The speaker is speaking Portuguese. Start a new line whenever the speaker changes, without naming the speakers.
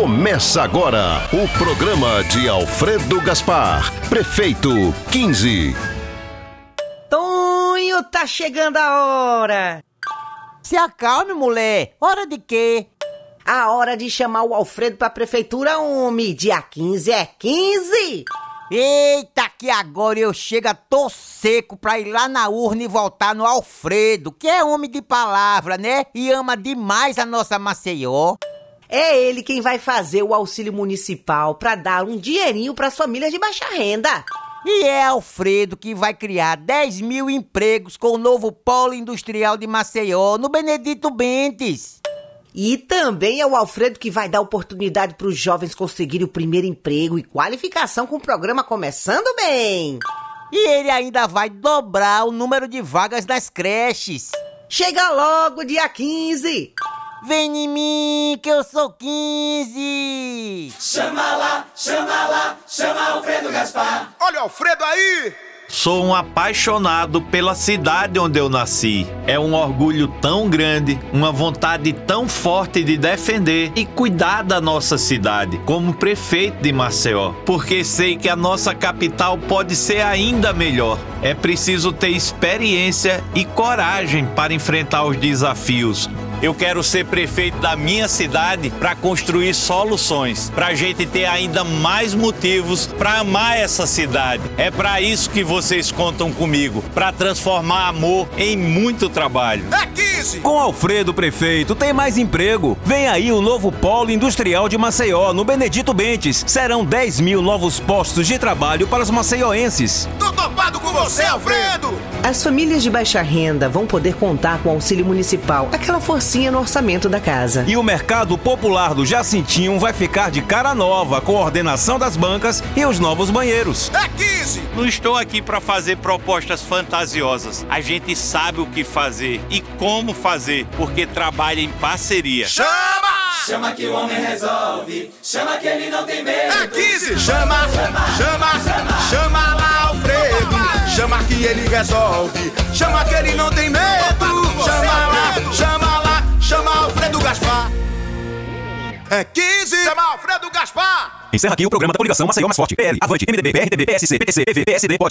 Começa agora o programa de Alfredo Gaspar, prefeito 15.
Tonho, tá chegando a hora.
Se acalme, mulher. Hora de quê?
A hora de chamar o Alfredo pra prefeitura, homem. Dia 15 é 15.
Eita, que agora eu chego a tô seco pra ir lá na urna e voltar no Alfredo, que é homem de palavra, né? E ama demais a nossa Maceió.
É ele quem vai fazer o auxílio municipal pra dar um dinheirinho pras famílias de baixa renda.
E é Alfredo que vai criar 10 mil empregos com o novo polo industrial de Maceió, no Benedito Bentes.
E também é o Alfredo que vai dar oportunidade pros jovens conseguirem o primeiro emprego e qualificação com o programa começando bem.
E ele ainda vai dobrar o número de vagas nas creches.
Chega logo, dia 15.
Vem em mim, que eu sou 15!
Chama lá, chama lá, chama Alfredo Gaspar.
Olha o Alfredo aí!
Sou um apaixonado pela cidade onde eu nasci. É um orgulho tão grande, uma vontade tão forte de defender e cuidar da nossa cidade, como prefeito de Maceió, porque sei que a nossa capital pode ser ainda melhor. É preciso ter experiência e coragem para enfrentar os desafios. Eu quero ser prefeito da minha cidade para construir soluções, para a gente ter ainda mais motivos para amar essa cidade. É para isso que vocês contam comigo, para transformar amor em muito trabalho.
É 15!
Com Alfredo Prefeito, tem mais emprego. Vem aí o novo polo industrial de Maceió, no Benedito Bentes. Serão 10 mil novos postos de trabalho para os maceioenses.
Tô topado com você, Alfredo!
As famílias de baixa renda vão poder contar com o auxílio municipal, aquela forcinha no orçamento da casa.
E o mercado popular do Jacintinho vai ficar de cara nova, com a ordenação das bancas e os novos banheiros.
É 15!
Não estou aqui para fazer propostas fantasiosas. A gente sabe o que fazer e como fazer, porque trabalha em parceria.
Chama!
Chama que o homem resolve, chama que ele não tem medo.
É 15! Chama, chama, chama lá, Alfredo! Chama que ele resolve, chama que ele não tem medo! Chama lá, chama lá, chama Alfredo Gaspar! É 15! Chama Alfredo Gaspar!
Encerra aqui o programa da coligação Maceió Mais Forte. PL, Avante, MDB, PRTB, PSC, PTC, PV, PSD, pode.